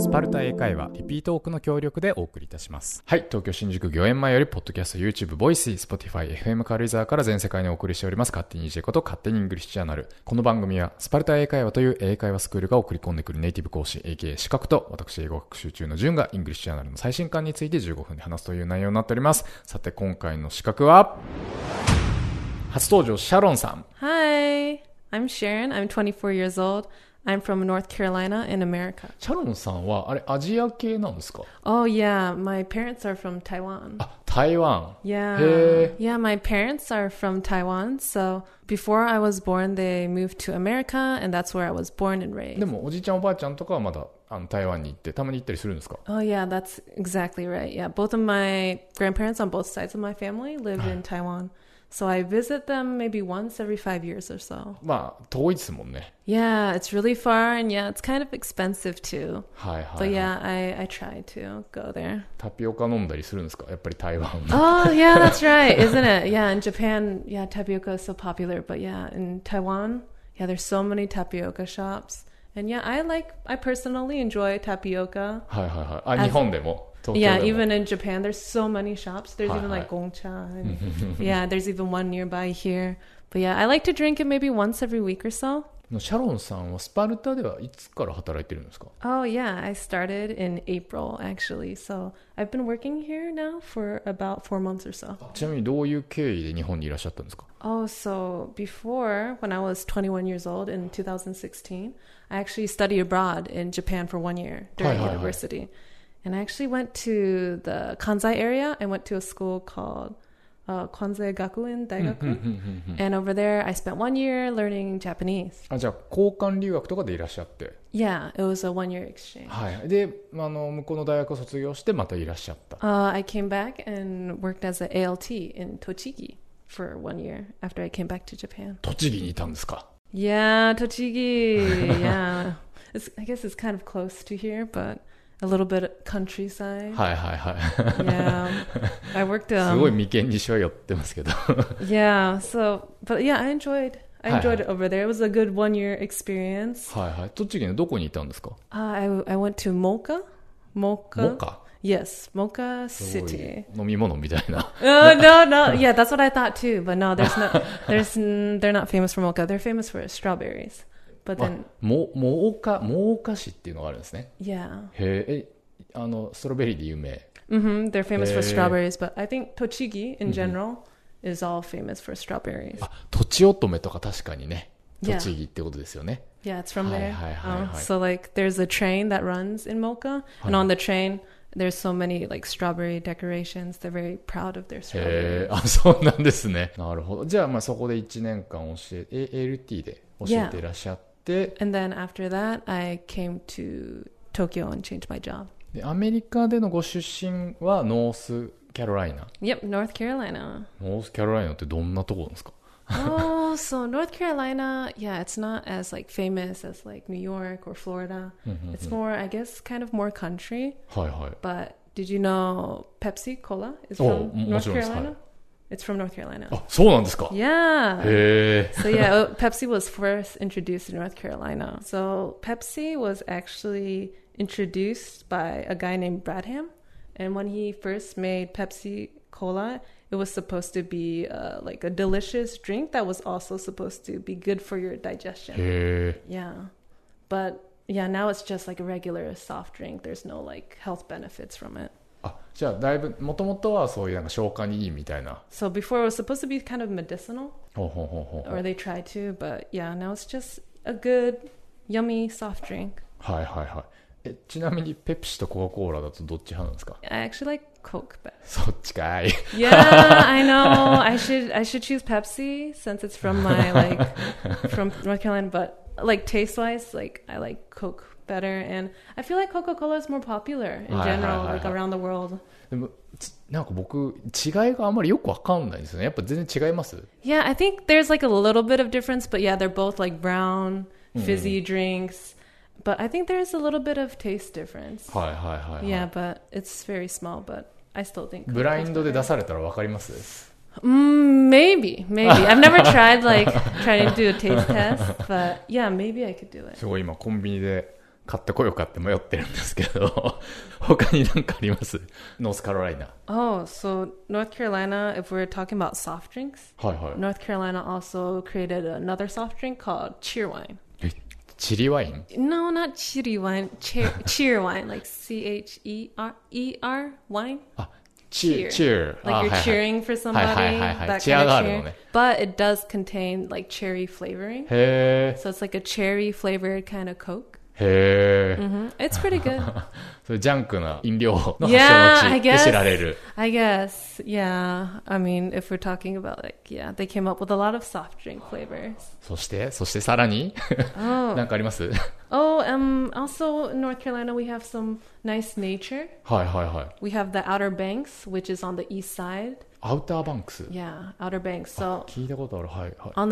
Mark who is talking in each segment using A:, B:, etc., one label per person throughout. A: スパルタ英会話リピートオークの協力でお送りいたしますはい東京新宿御苑前よりポッドキャスト YouTube ボイス Spotify FM 軽井沢から全世界にお送りしております勝手に EJ こと勝手にイングリッシュジャーナルこの番組はスパルタ英会話という英会話スクールが送り込んでくるネイティブ講師 AKA 資格と私英語学習中のジュンがイングリッシュジャーナルの最新刊について15分で話すという内容になっておりますさて今回の資格は初登場シャロンさん
B: Hi, I'm Sharon. I'm 24 years old. I'm from North Carolina in America.
A: シャロンさんはあれアジア系なんですか
B: Oh, yeah, my parents are from Taiwan.
A: あ台湾
B: Yeah.
A: Hey.
B: Yeah, my parents are from Taiwan. So before I was born, they moved to America, and that's where I was born and
A: で
B: raised.
A: もおじいちゃんおばあちゃんとかはまだあの台湾に行ってたまに行ったりするんですか
B: Oh, yeah, that's exactly right. Yeah, both of my grandparents on both sides of my family live in Taiwan. So I visit them maybe once every five years or so.
A: まあ遠いですもんね
B: Yeah, it's really far, and yeah, it's kind of expensive too.
A: はいはい、は
B: But
A: い
B: yeah, I, I try to go there.
A: タピオカ飲んだりするんですかやっぱり台湾
B: Oh, yeah, that's right, isn't it? Yeah, in Japan, yeah, tapioca is so popular. But yeah, in Taiwan, yeah, there's so many tapioca shops. And yeah, I like, I personally enjoy tapioca.
A: はいはいはいあ
B: As-
A: 日本でも東京
B: Yeah,
A: でも
B: even in Japan, there's so many shops. There's even like Gongcha. And, yeah, there's even one nearby here. But yeah, I like to drink it maybe once every week or so.
A: シャロンさんはスパルタではいつから働いてるんですか
B: Oh, yeah, I started in April actually. So I've been working here now for about four months or so.
A: ちなみにどういう経緯で日本にいらっしゃったんですか
B: Oh, so before, when I was 21 years old in 2016, I actually studied abroad in Japan for one year
A: Hi,
B: during
A: hi, hi.
B: university. And I actually went to the Kansai area. I went to a school called uh, Kwanzai Gakuen
A: Mm-hmm, hmm,
B: Daigaku. and over there, I spent one year learning Japanese.
A: あじゃあ交換留学とかでいらっしゃって
B: Yeah, it was a one year exchange.
A: はいであの向こうの大学を卒業してまたいらっしゃった
B: Uh, I came back and worked as an ALT in Tochigi for one year after I came back to Japan.
A: 栃木にいたんですか
B: Yeah, Tochigi. yeah, it's, I guess it's kind of close to here, but a little bit countryside.
A: はいはいはい
B: Yeah, I worked.
A: すごい
B: Um,
A: 眉間にしわ寄ってますけど
B: yeah, so but yeah, I enjoyed. I
A: Hi,
B: enjoyed
A: hi.
B: it over there. It was a good one year experience.
A: はいはい栃木のどこにいたんですか
B: Uh, I I went to Mocha, Mocha.
A: モカ
B: Yes, Mocha
A: すごい
B: City.
A: 飲み物みたいな
B: Oh no, no, yeah, that's what I thought too. But no, there's no, there's n- they're not famous for mocha. They're famous for strawberries. But
A: あ
B: then,
A: も桃岡桃岡市っていうのがあるんですね
B: yeah.
A: へええあのストロベリーで有名
B: Mm-hmm. They're famous
A: Eh.
B: for strawberries, but I think Tochigi
A: Mm-hmm.
B: in general is all famous for strawberries.
A: あとちおとめとか確かにね
B: Yeah.
A: 栃木ってことですよね
B: Yeah, it's from
A: Hi,
B: there.
A: hi, hi,
B: Uh,
A: hi. Uh-huh.
B: So like, there's a train that runs in Mocha, and on the train, there's so many like strawberry decorations. They're very proud of their
A: へえ
B: strawberries.
A: あそうなんですねなるほどじゃあまあそこで1年間教ええ ALT で教えていらっしゃって、
B: And then after that, I came to Tokyo and changed my job.
A: でアメリカでのご出身はノースキャロライナ
B: Yep, North Carolina.
A: ノースキャロライナってどんなとこなんですか
B: oh, so North Carolina, yeah, it's not as like famous as like New York or Florida.
A: Mm-hmm,
B: It's more, I guess, kind of more country.
A: はいはい
B: But did you know Pepsi Cola is from
A: Oh, m-
B: North
A: もちろんです。
B: Carolina?
A: はい。
B: It's from North Carolina.
A: あそうなんですかへ
B: Yeah.
A: え
B: So yeah, oh, Pepsi was first introduced in North Carolina. So Pepsi was actually introduced by a guy named Bradham, and when he first made Pepsi Cola, it was supposed to be uh, like a delicious drink that was also supposed to be good for your digestion.
A: へえ
B: Yeah. But yeah, now it's just like a regular soft drink. There's no like health benefits from it.
A: あじゃあだいぶもともとはそういうなんか消化にいいみたいな
B: So before it was supposed to be kind of medicinal,
A: ほうほうほうほう
B: or they tried to, but yeah, now it's just a good, yummy soft drink.
A: はいはいはいえちなみにペプシとコカ・コーラだとどっち派なんですか
B: I actually like Coke best.
A: そっちかい
B: Yeah, I know. I should I should choose Pepsi since it's from my like from North Carolina, but like taste wise, like I like Coke better, and I feel like Coca Cola is more popular in
A: Hi, hi,
B: general,
A: hi,
B: like
A: hi.
B: around the world.
A: でもつなんか僕違いがあんまりよくわかんないんですよねやっぱ全然違います
B: Yeah, I
A: Mm.
B: think there's like a little bit of difference, but yeah, they're both like brown, fizzy drinks. But I think there's a little bit of taste difference.
A: はいはいはい、はい、
B: Yeah, but it's very small, but I still think.
A: ブラインドで出
B: Coke is
A: されたらわかります
B: better. Mm, maybe, maybe. I've never tried like trying to do a taste test, but yeah, maybe I could do it.
A: すごい今コンビニで買ってこようかって迷ってるんですけど 他に何かありますノースカロライナ
B: Oh, so North Carolina, if we're talking about soft drinks,
A: はいはい
B: North Carolina also created another soft drink called cheer wine.
A: えチリワイン
B: No, not cheery wine, cheer, cheer wine, like C H E R E R wine.
A: あチー
B: Cheer.
A: チー
B: Like
A: あは
B: you're
A: いはいへ
B: cheering for somebody.
A: Ah, hi, hi.
B: That
A: Cheer
B: kind of
A: があるのね。
B: cheer. But it does contain like cherry flavoring.
A: え
B: So it's like a cherry flavored kind of Coke.
A: へえ、
B: hmm It's pretty good.
A: それジャンクな飲料の発祥 の
B: Yeah,
A: 地
B: I
A: で
B: guess.
A: 知られる
B: I guess. Yeah. I mean, if we're talking about like, yeah, they came up with a lot of soft drink flavors.
A: そしてそしてさらになん
B: Oh.
A: かあります
B: Oh, um, also in North Carolina, we have some nice nature.
A: はいはいはい
B: We have the Outer Banks, which is on the east side.
A: アウターバンクス
B: Yeah, Outer Banks. So
A: 聞いたことあるはいはい
B: on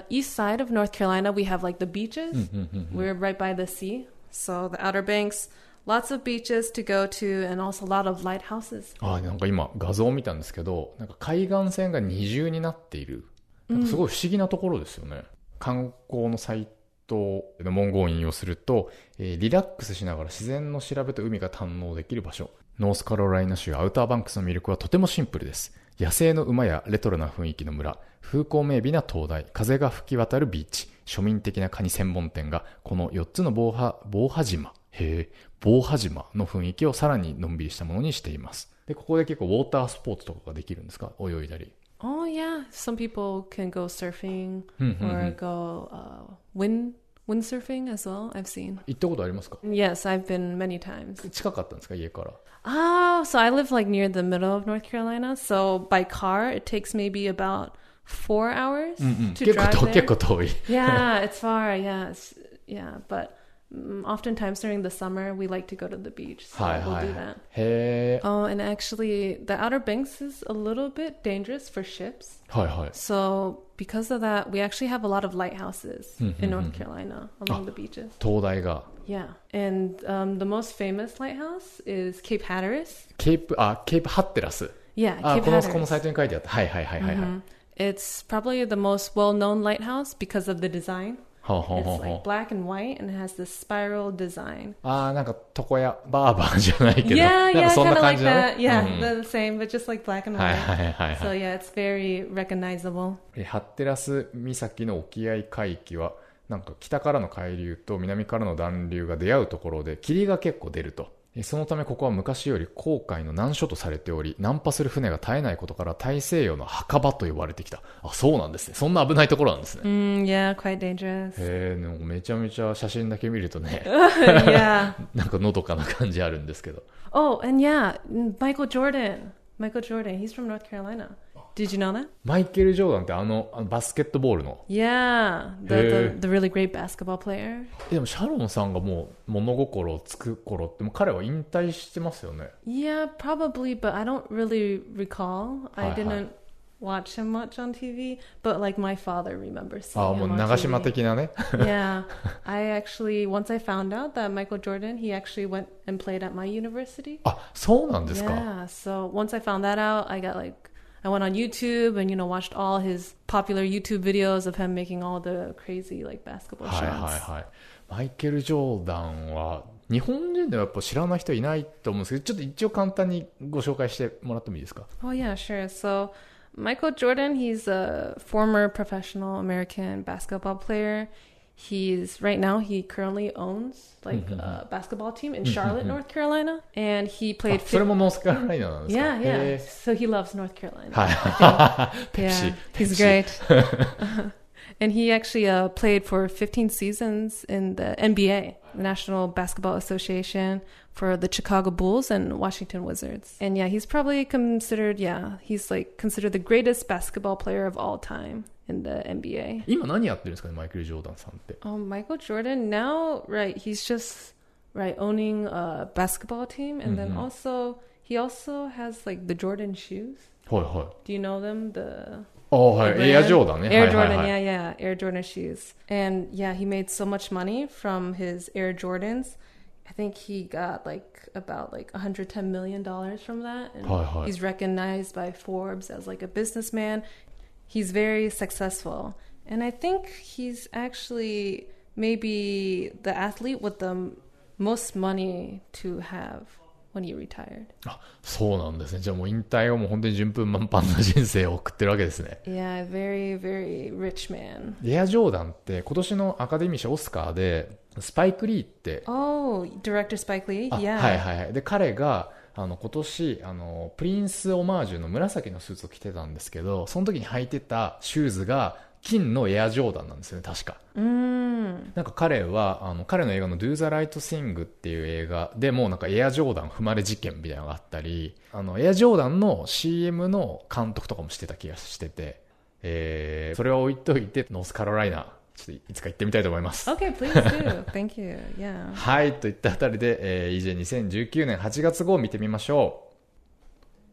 B: the east side of North Carolina, we have like the beaches. We're right by the sea. So the Outer Banks, lots of beaches to go to, and also a lot of lighthouses.
A: あなんか今画像を見たんですけどなんか海岸線が二重になっているなんかすごい不思議なところですよね、観光のサイトの文言を引用すると、えーリラックスしながら自然の調べと海が堪能できる場所ノースカロライナ州アウターバンクスの魅力はとてもシンプルです野生の馬やレトロな雰囲気の村風光明媚な灯台風が吹き渡るビーチ庶民的なカニ専門店がこの4つの防波防波島へえ防波島の雰囲気をさらにのんびりしたものにしていますでここで結構ウォータースポーツとかができるんですか泳いだり
B: Oh yeah, some people can go surfing
A: Mhm,
B: or go uh, wind windsurfing as well. I've seen.
A: 行ったことありますか
B: Yes, I've been many times.
A: 近かったんですか家から
B: Oh, so I live like near the middle of North Carolina. So by car, it takes maybe about four hours
A: 結構
B: to drive
A: 遠
B: there.
A: 結構遠い
B: yeah, it's far. Yeah, it's, yeah, but mm oftentimes during the summer, we like to go to the beach. So
A: はい
B: we'll
A: はい
B: do
A: へ
B: that.
A: え
B: Oh, and actually, the Outer Banks is a little bit dangerous for ships.
A: はいはい
B: So because of that, we actually have a lot of lighthouses in North Carolina along the beaches.
A: 灯台が
B: Yeah, and um, the most famous lighthouse is Cape Hatteras.
A: ケープあケープハッテラス
B: Yeah,
A: あ
B: Cape
A: このこの
B: Hatteras.
A: サイトに書いてあったはいはいはいはいはい、
B: Mhm. It's probably the most well-known lighthouse because of the design.
A: ほうほうほう
B: It's
A: ほう
B: like black and white and it has this spiral design.
A: ああ、なんか、床屋、バーバーじゃないけど、
B: Yeah,
A: なんか
B: yeah,
A: そん
B: kind
A: な
B: of
A: 感
B: like
A: じだね。
B: that. Yeah,
A: うん
B: they're the same, but just like black and
A: はい
B: white.
A: はいはいは
B: So
A: い。
B: yeah, it's very recognizable.
A: えハッテラス岬の沖合海域は、なんか北からの海流と南からの暖流が出会うところで、霧が結構出ると。えそのためここは昔より航海の難所とされており、難破する船が絶えないことから大西洋の墓場と呼ばれてきた。あ、そうなんですね。そんな危ないところなんですね。
B: Mm, yeah, quite dangerous.
A: へえ、でもめちゃめちゃ写真だけ見ると ね、
B: yeah.
A: なんかのどかな感じあるんですけど。
B: Oh, and yeah, mm, Michael Jordan. Michael Jordan, he's from North Carolina. Did you know that?
A: マイケル・ジョーダンってあの、あのバスケットボールの
B: Yeah, the,
A: Hey.
B: the, the really great basketball player.
A: でもシャロンさんがもう物心つく頃ってもう彼は引退してますよね
B: Yeah, probably, but I don't really recall.
A: Hi,
B: I
A: hi.
B: didn't watch him much on TV, but like my father remembers. seeing
A: ああもう
B: him on
A: 長島
B: TV.
A: 的なね
B: yeah, I actually once I found out that Michael Jordan, he actually went and played at my university.
A: あそうなんですか、
B: Yeah, so once I found that out, I got like I went on YouTube and you know watched all his popular YouTube videos of him making all the crazy like basketball
A: はい
B: shots.
A: はいはいマイケル・ジョーダンは日本人ではやっぱ知らない人いないと思うんですけどちょっと一応簡単にご紹介してもらってもいいですか
B: Oh yeah, sure. So Michael Jordan, he's a former professional American basketball player. He's right now he currently owns like a basketball team in Charlotte, North Carolina, and he
A: あ
B: played.
A: それもノースカロライナなんですか
B: yeah,
A: へー
B: yeah. So he loves North Carolina.
A: はいペプシ
B: Yeah,
A: ペプ
B: he's
A: シ
B: great. and he actually uh, played for 15 seasons in the NBA, the National Basketball Association, for the Chicago Bulls and Washington Wizards. And yeah, he's probably considered, yeah, he's like considered the greatest basketball player of all time in the NBA.
A: 今何やってるんですかねマイケル・ジョーダンさんって
B: Oh, Michael Jordan now, right, he's just right owning a basketball team and then also he also has like the Jordan shoes.
A: はいは
B: Do you know them? The
A: ああ、はい。エアジョーダンね。
B: Air
A: はい
B: Jordan,
A: はいはい
B: yeah, yeah. Air Jordan shoes. And yeah, he made so much money from his Air Jordans. I think he got like about like 110 million dollars from that. And
A: Hi, hi.
B: he's recognized by Forbes as like a businessman. He's very successful. And I think he's actually maybe the athlete with the most money to have when he retired.
A: あ、そうなんですね。じゃあもう引退をもう本当に順風満帆な人生を送ってるわけですね。
B: Yeah, very, very rich man.
A: エアジョーダンって今年のアカデミー賞オスカーで、スパイク・リーって、
B: Oh, director Spike Lee.
A: あ
B: yeah.
A: はいはいはい。で、彼が、あの、今年、あの、プリンス・オマージュの紫のスーツを着てたんですけど、その時に履いてたシューズが、金のエアジョーダンなんですよね、確か。
B: Mm.
A: なんか彼は、あの、彼の映画の Do the Right Thing っていう映画でもうなんかエアジョーダン踏まれ事件みたいなのがあったり、あの、エアジョーダンの CM の監督とかもしてた気がしてて、えー、それは置いといて、ノースカロライナ、ちょっといつか行ってみたいと思います。
B: Okay, please do. Thank you. Yeah.
A: はい、といったあたりで、えー、EJ2019 年8月号を見てみましょう。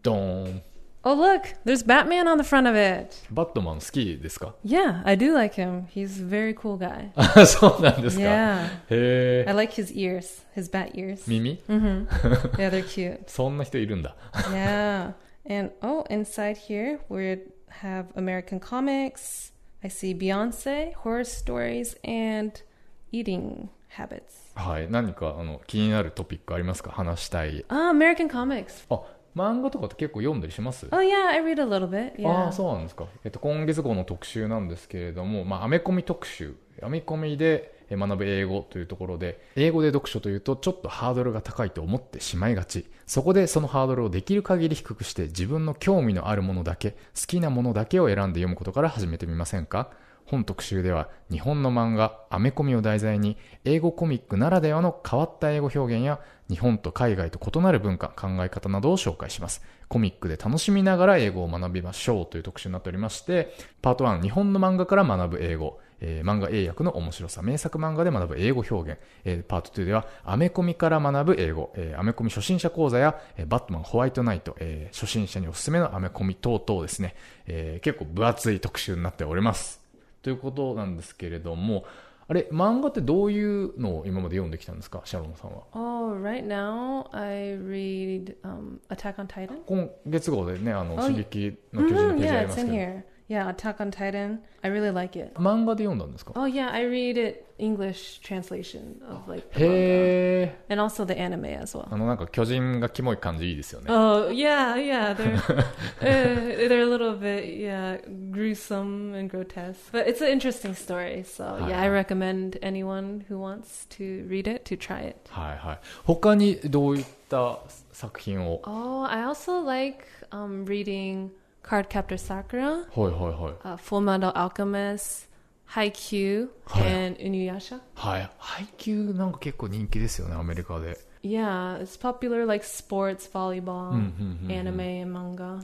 A: ドーン。
B: Oh, look, there's Batman on the front of it.
A: バットマン好きですか
B: Yeah, I do like him. He's a very cool guy.
A: あそうなんですか。
B: Yeah.
A: へ
B: I
A: ー。
B: like his ears, his bat ears.
A: 耳
B: Yeah, they're cute.
A: そんな人いるんだ。
B: Yeah. And oh, inside here, we have American comics. I see Beyonce, horror stories, and eating habits.
A: はい、何かあの気になるトピックありますか話したい。
B: Ah, American comics.
A: あ、漫画とかって結構読んだりします
B: Oh, yeah, I read a little bit.
A: あ
B: Yeah.
A: あ、そうなんですか。えっと、今月号の特集なんですけれども、まあ、アメコミ特集。アメコミでえ学ぶ英語というところで、英語で読書というとちょっとハードルが高いと思ってしまいがち。そこでそのハードルをできる限り低くして自分の興味のあるものだけ、好きなものだけを選んで読むことから始めてみませんか本特集では日本の漫画アメコミを題材に英語コミックならではの変わった英語表現や日本と海外と異なる文化考え方などを紹介しますコミックで楽しみながら英語を学びましょうという特集になっておりましてパート1日本の漫画から学ぶ英語えー漫画英訳の面白さ、名作漫画で学ぶ英語表現、えーパート2では、アメコミから学ぶ英語、えーアメコミ初心者講座や、えーバットマンホワイトナイト、えー初心者におすすめのアメコミ等々ですね、えー結構分厚い特集になっております。ということなんですけれども、あれ、漫画ってどういうのを今まで読んできたんですか、シャロンさんは。
B: Oh, right now I read um, Attack on Titan.
A: 今月号でね、あの、
B: あ
A: 刺激の巨人のペー
B: Mhm,
A: ジ
B: yeah,
A: ありま
B: it's
A: す
B: in
A: けど、
B: here. Yeah, Attack on Titan. I really like it.
A: 漫画で読んだんですか
B: Oh yeah, I read it English translation of like the manga.
A: へー
B: and also the anime as
A: あ
B: well.
A: の、なんか巨人がキモい感じいいですよね。
B: Oh yeah, yeah, they're uh, they're a little bit yeah gruesome and grotesque, but it's an interesting story. So Oh, yeah, I recommend anyone who wants to read it to try it.
A: はいはい。他にどういった作品を
B: Oh, I also like um, reading Cardcaptor Sakura.
A: はいはいはい。
B: uh, Full Metal Alchemist, Haikyuu,
A: Hi.
B: and Inuyasha.
A: はい。配給なんか結構人気ですよね、アメリカで。
B: Yeah, it's popular like sports, volleyball,
A: Mhm, mhm,
B: anime, and manga.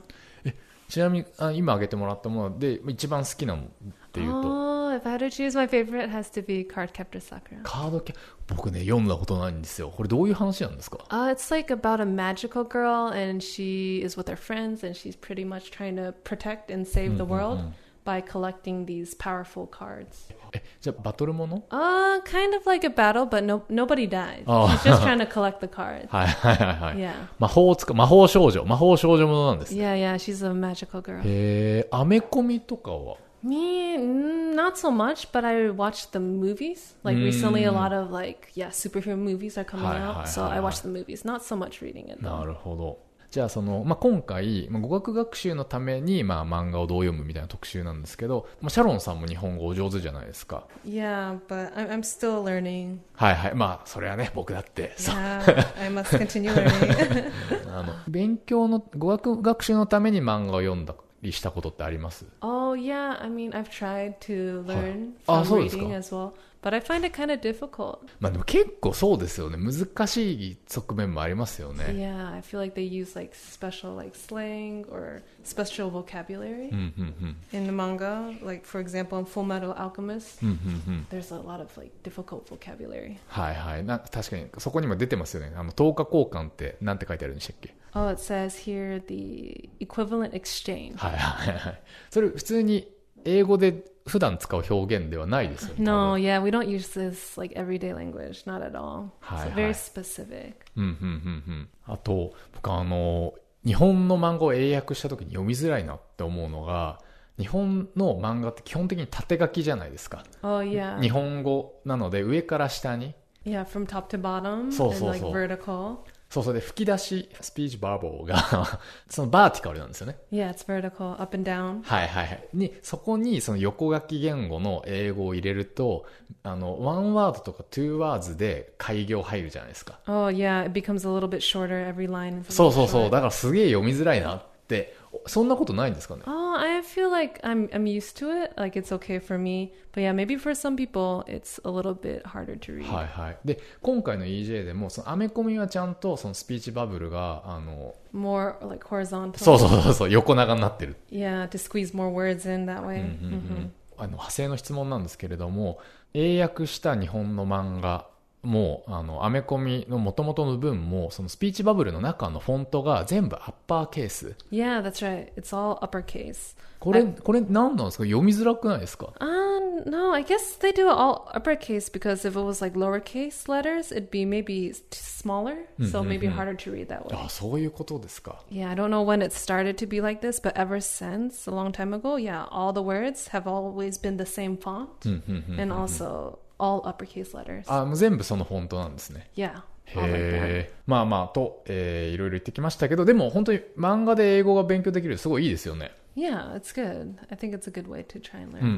A: ちなみに、あ今挙げてもらったもので、一番好きなのっていうと、
B: Oh, if I had to choose, my favorite has to be Cardcaptor Sakura.
A: カードキャ、僕ね、読んだことないんですよ。これどういう話なんですか
B: Uh, it's like about a magical girl, and she is with her friends, and she's pretty much trying to protect and save the world by collecting these powerful cards.
A: え、じゃあバトルもの
B: Uh, kind of like a battle, but no, nobody dies.
A: Oh.
B: She's just trying to collect the cards.
A: はいはいはいはい。
B: Yeah.
A: 魔法を使う、魔法少女、魔法少女ものなんです。へ
B: Yeah, yeah, she's a magical girl.
A: え、アメコミとかは
B: Me, mm, not so much, but I watched the movies. Like recently, a lot of like yeah, superhero movies are coming
A: Hmm. Hi,
B: out,
A: hi,
B: so
A: hi,
B: I watched the movies. Not so much reading it. though.
A: なるほど。じゃあその、まあ、今回、まあ、語学学習のために、まあ、漫画をどう読むみたいな特集なんですけど、まあ、シャロンさんも日本語お上手じゃないですか。
B: Yeah, but I'm, I'm still learning.
A: はいはい。まあ、それはね、僕だって。そう
B: Yeah, I must continue learning.
A: あの、勉強の、語学学習のために漫画を読んだりしたことってあります
B: oh yeah, I mean I've tried to learn
A: Ah,
B: from
A: so it's
B: reading
A: cool.
B: as well, but I find it kind of difficult.
A: まあでも結構そうですよね。難しい側面もありますよね。
B: Yeah, I feel like they use like special like slang or special vocabulary
A: うんうんうん
B: in the manga. Like for example, in Full Metal Alchemist.
A: うんうんうん。
B: there's a lot of like difficult vocabulary.
A: はいはい。な、確かに、そこにも出てますよね。あの、等価交換って、なんて書いてあるんでしたっけ
B: Oh, it says here the equivalent exchange.
A: はいはいはい。それ普通に英語で普段使う表現ではないですよね。
B: No, yeah, we don't use this like everyday language, not at all.
A: Hi,
B: it's very
A: hi.
B: specific.
A: うんうんうんうん。あと、僕あの、日本の漫画を英訳した時に読みづらいなって思うのが、日本の漫画って基本的に縦書きじゃないですか。
B: Oh yeah,
A: 日本語なので上から下に。
B: yeah, from top to bottom
A: So,
B: and
A: so,
B: like
A: so.
B: vertical.
A: そうそうで、吹き出し、スピーチバーボーが、 そのバーティカルなんですよね。
B: Yeah, it's vertical, up and down.
A: はいはいはい。に、そこにその横書き言語の英語を入れると、あの、ワンワードとかトゥーワーズで開業入るじゃないですか。
B: Oh yeah, it becomes a little bit shorter every line. is a
A: そう
B: little
A: そうそう。
B: short.
A: だからすげえ読みづらいなって、おそんなことないんですかね
B: Oh, I feel like I'm I'm used to it. Like it's okay for me. But yeah, maybe for some people it's a little bit harder to read.
A: はいはい。で、今回の EJ でも、そのアメコミはちゃんとそのスピーチバブルが、あの、
B: More like horizontal.
A: そうそうそうそう、横長になってる。
B: Yeah, to squeeze more words in that way.
A: Mm-hmm. あの、派生の質問なんですけれども、英訳した日本の漫画も、あの、アメコミの元々の文も、そのスピーチバブルの中のフォントが全部アッパーケース。
B: Yeah, that's right. It's all uppercase.
A: これ、
B: あ
A: これ何なんですか読みづらくないですか
B: Uh, no, I guess they do it all uppercase because if it was like lowercase letters, it'd be maybe s- smaller, so maybe harder to read that way.
A: あ、そういうことですか。
B: Yeah, I don't know when it started to be like this, but ever since a long time ago, yeah, all the words have always been the same font and also all uppercase letters.
A: あ、もう全部そのフォントなんですね。
B: yeah, all like that.
A: へえ。まあまあと、えーいろいろ言ってきましたけど、でも本当に漫画で英語が勉強できるすごいいいですよね。
B: Yeah, it's good. I think it's a good way to try and learn.
A: うんうん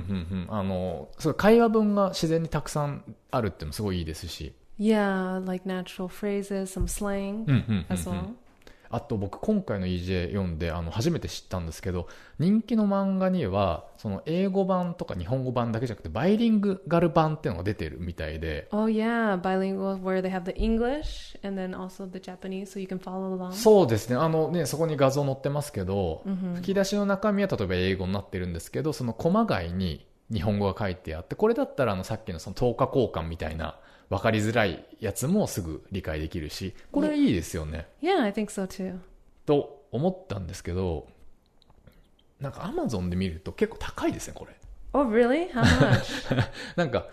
A: うん。あの、そう会話文が自然にたくさんあるってのもすごいいいですし。
B: Yeah, like natural phrases, some slang
A: うんうん、うん。
B: as well.
A: あと僕今回の EJ 読んであの初めて知ったんですけど、人気の漫画には、その英語版とか日本語版だけじゃなくてバイリンガル版っていうのが出てるみたいで、
B: Oh yeah, bilingual where they have the English and then also the Japanese, so you can follow along.
A: そうですね。あのね、そこに画像載ってますけど、吹き出しの中身は例えば英語になってるんですけど、そのコマ外に日本語が書いてあって、これだったらあのさっきのその等価交換みたいな分かりづらいやつもすぐ理解できるし、これいいですよね。
B: Yeah, I think so too.
A: と思ったんですけど、なんか Amazon で見ると結構高いですね、これ。
B: Oh really? How much?
A: なんか、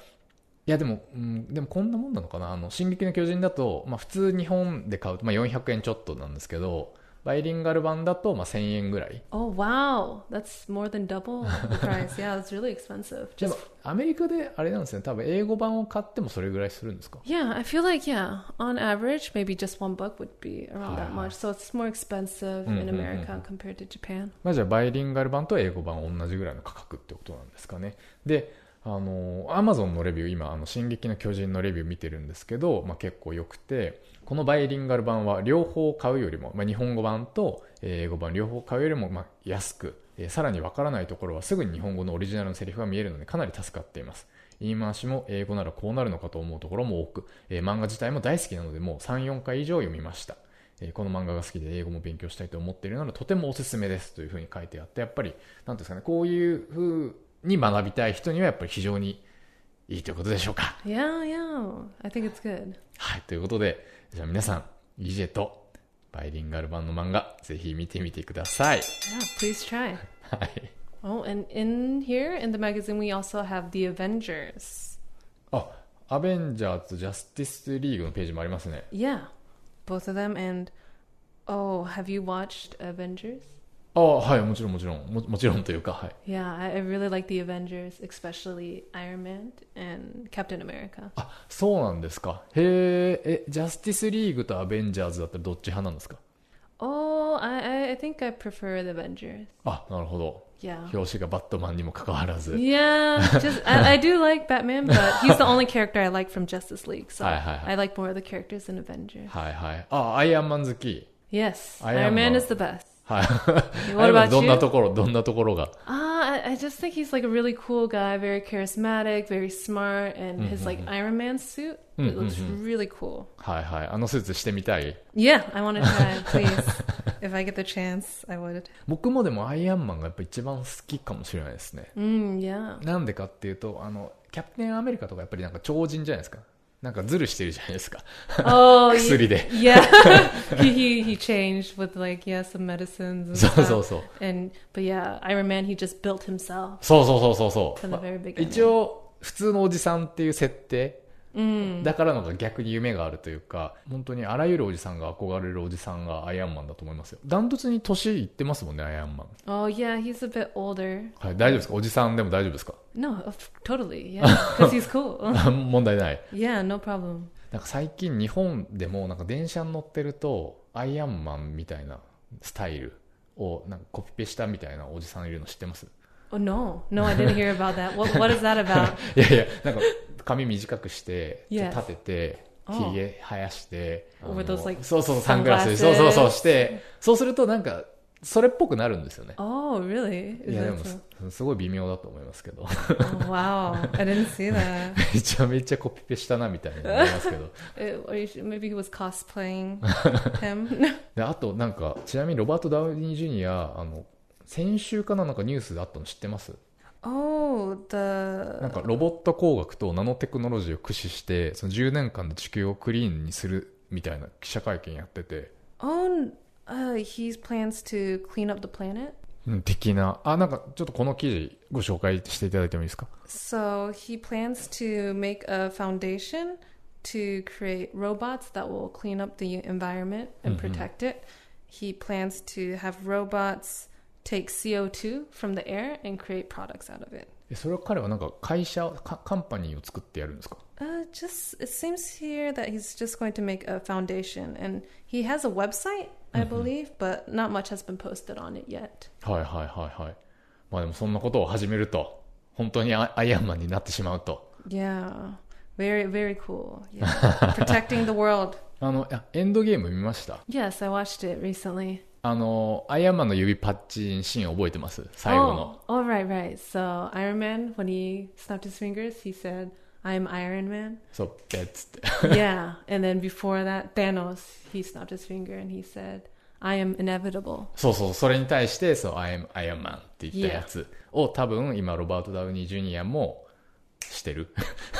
A: いやでも、うん、でもこんなもんなのかな。あの、進撃の巨人だと、まあ普通日本で買うと、まあ400円ちょっとなんですけど、バイリンガル版だと、まあ1000円ぐらい。
B: oh wow, that's more than double the price. Yeah, it's really expensive.
A: で
B: Just
A: もアメリカであれなんですね多分英語版を買ってもそれぐらいするんですか
B: yeah, I feel like yeah, on average, maybe just one book would be around
A: Ah.
B: that much. So it's more expensive in America compared to Japan.
A: まあじゃあバイリンガル版と英語版同じぐらいの価格ってことなんですかねであのアマゾンのレビュー今あの「進撃の巨人」のレビュー見てるんですけど、まあ、結構良くてこのバイリンガル版は両方買うよりも、まあ、日本語版と英語版両方買うよりもまあ安くえーさらにわからないところはすぐに日本語のオリジナルのセリフが見えるのでかなり助かっています言い回しも英語ならこうなるのかと思うところも多く、えー漫画自体も大好きなのでもう34回以上読みました、えーこの漫画が好きで英語も勉強したいと思っているならとてもおすすめですというふうに書いてあってやっぱり何ですかねこういうふうに学びたい人にはやっぱり非常にいいということでしょうか
B: Yeah, yeah, I think it's good.
A: はいということでじゃあ皆さん EJ とバイリンガル版の漫画ぜひ見てみてください
B: Yeah, please try.
A: はい
B: Oh, and in here in the magazine, we also have the Avengers.
A: あアベンジャーズ・ジャスティスリーグのページもありますね
B: Yeah, both of them. And oh, have you watched Avengers?
A: あはいもちろんもちろんももちろんというかはい
B: Yeah, I, I really like the Avengers, especially Iron Man and Captain America.
A: あそうなんですかへええジャスティスリーグとアベンジャーズだったらどっち派なんですか
B: Oh, I, I, I think I prefer the Avengers.
A: あなるほど
B: Yeah.
A: 表紙がバットマンにもかかわらず、
B: Yeah, just I, I do like Batman, but he's the only character I like from Justice League. So
A: Hi, hi, hi.
B: I like more of the characters in Avengers.
A: はいはいあアイアンマン好き
B: Yes,
A: I am
B: Iron Man
A: a-
B: is the best.
A: はい ア
B: What
A: イアンマン
B: about
A: どんな
B: you?
A: ところどんなところが
B: Ah, I, I just think he's like a really cool guy, very charismatic, very smart, and
A: Mm-hmm,
B: his like Iron Man suit it looks really cool.
A: はいはいあのスーツしてみたい
B: Yeah, I want to try, please. if I get the chance, I would.
A: 僕もでもアイアンマンがやっぱ一番好きかもしれないですね
B: Mm, yeah.
A: なんでかっていうとあのキャプテンアメリカとかやっぱりなんか超人じゃないですかなんかズルしてるじゃないですか。
B: Oh, you-
A: 薬で。
B: yeah. he, he he changed with like yeah some medicines. And
A: そう
B: stuff.
A: そうそう。
B: And but yeah, Iron Man he just built himself
A: そうそうそうそうそう
B: from the very beginning.
A: 一応普通のおじさんっていう設定だからのが逆に夢があるというか本当にあらゆるおじさんが憧れるおじさんがアイアンマンだと思いますよダントツに年いってますもんねアイアンマン、
B: Oh yeah, he's a bit older.
A: はい、大丈夫ですかおじさんでも大丈夫ですか
B: No, of- totally. Yeah, because he's cool.
A: 問題ない
B: yeah, no problem.
A: なんか最近日本でもなんか電車に乗ってるとアイアンマンみたいなスタイルをなんかコピペしたみたいなおじさんいるの知ってます
B: Oh no, no, I didn't hear about that. What what is that about?
A: いやいやなんか髪短くしてちょ
B: Yes.
A: っと立てて
B: Oh.
A: ひげ生やしてあの
B: With those, like,
A: そうそうサングラス
B: sunglasses.
A: そうそうそうしてそうするとなんかそれっぽくなるんですよね
B: Oh really?
A: い
B: Is
A: やで
B: that
A: も
B: so?
A: すすごい微妙だと思いますけど
B: Oh, wow, I didn't see that.
A: めちゃめちゃコピペしたなみたいに思いますけど
B: Uh, or you should- maybe he was cosplaying him.
A: であとなんかちなみにロバート・ダウニー・ジュニアあの先週かななんかニュースであったの知ってます
B: oh,
A: なん
B: the
A: かロボット工学とナノテクノロジーを駆使してその10年間で地球をクリーンにするみたいな記者会見やってて
B: oh, uh, he plans to clean up the planet.
A: うん的な。あ、なんかちょっとこの記事ご紹介していただいてもいいですか
B: So he plans to make a foundation to create robots that will clean up the environment and protect it. He plans to have robots take CO2 from the air and create products out of it.
A: えそれは彼はなんか会社か、カンパニーを作ってやるんですか
B: Uh, just it seems here that he's just going to make a foundation, and he has a website, I believe, but not much has been posted on it yet.
A: はいはいはいはい。まあでもそんなことを始めると、本当にアアイアンマンになってしまうと。
B: Yeah, very very cool. Yeah, protecting the world.
A: あの、あエンドゲーム見ました
B: Yes, I watched it recently.
A: あの、アイアンマンの指パッチンシーン覚えてます最後の。
B: Oh, oh, right, right. So Iron Man, when he snapped his fingers, he said, "I'm Iron Man."
A: そう、ペッつって。
B: yeah, and then before that, Thanos, he snapped his finger and he said, "I am inevitable."
A: そうそう、それに対して、そう、アイアンアイアンマンって言ったやつを多分今ロバート・ダウニー・ジュニアもしてる。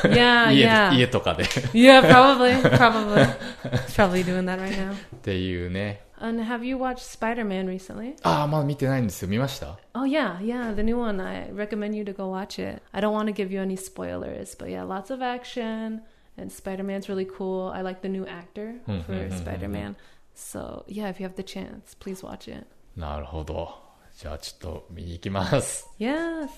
B: Yeah,
A: 家で
B: yeah,
A: 家とかで。っ
B: yeah. Probably, probably. He's probably doing that right now.
A: ていうね。
B: And have you watched Spider Man recently?
A: ああ、まだ見てないんですよ。見ました
B: Oh yeah, yeah, the new one. I recommend you to go watch it. I don't want to give you any spoilers, but yeah, lots of action and Spider-Man's really cool. I like the new actor for Spider-Man. So, yeah, if you have the chance, please watch it.
A: なるほど。じゃあちょっと見に行きます。
B: Yes.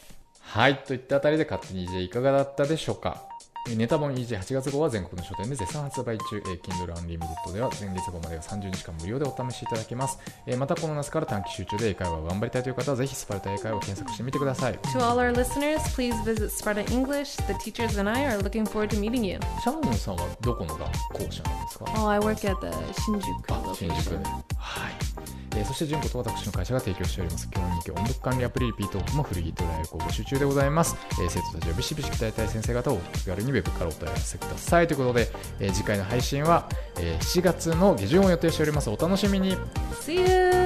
A: はい。といったあたりで勝手に EJ いかがだったでしょうかえネタ本 EJ8 月号は全国の書店で絶賛発売中、えー Kindle Unlimited では前月号までは30日間無料でお試しいただけます。えーまたこの夏から短期集中で英会話を頑張りたいという方はぜひスパルタ英会話を検索してみてください。
B: To all our listeners, please visit Sparta English. The teachers and I are looking forward to meeting you.
A: シャンモンさんはどこの学校舎なんですか
B: Oh, I work at the Shinjuku
A: あ新宿
B: location.
A: はい、えーそして純子と私の会社が提供しております教員向け音読管理アプリリピートオフも古着トライアルを募集中でございます、えー生徒たちをビシビシ鍛えたい先生方をお気軽にウェブからお問い合わせくださいということで、えー次回の配信は、えー7月の下旬を予定しておりますお楽しみに
B: See you.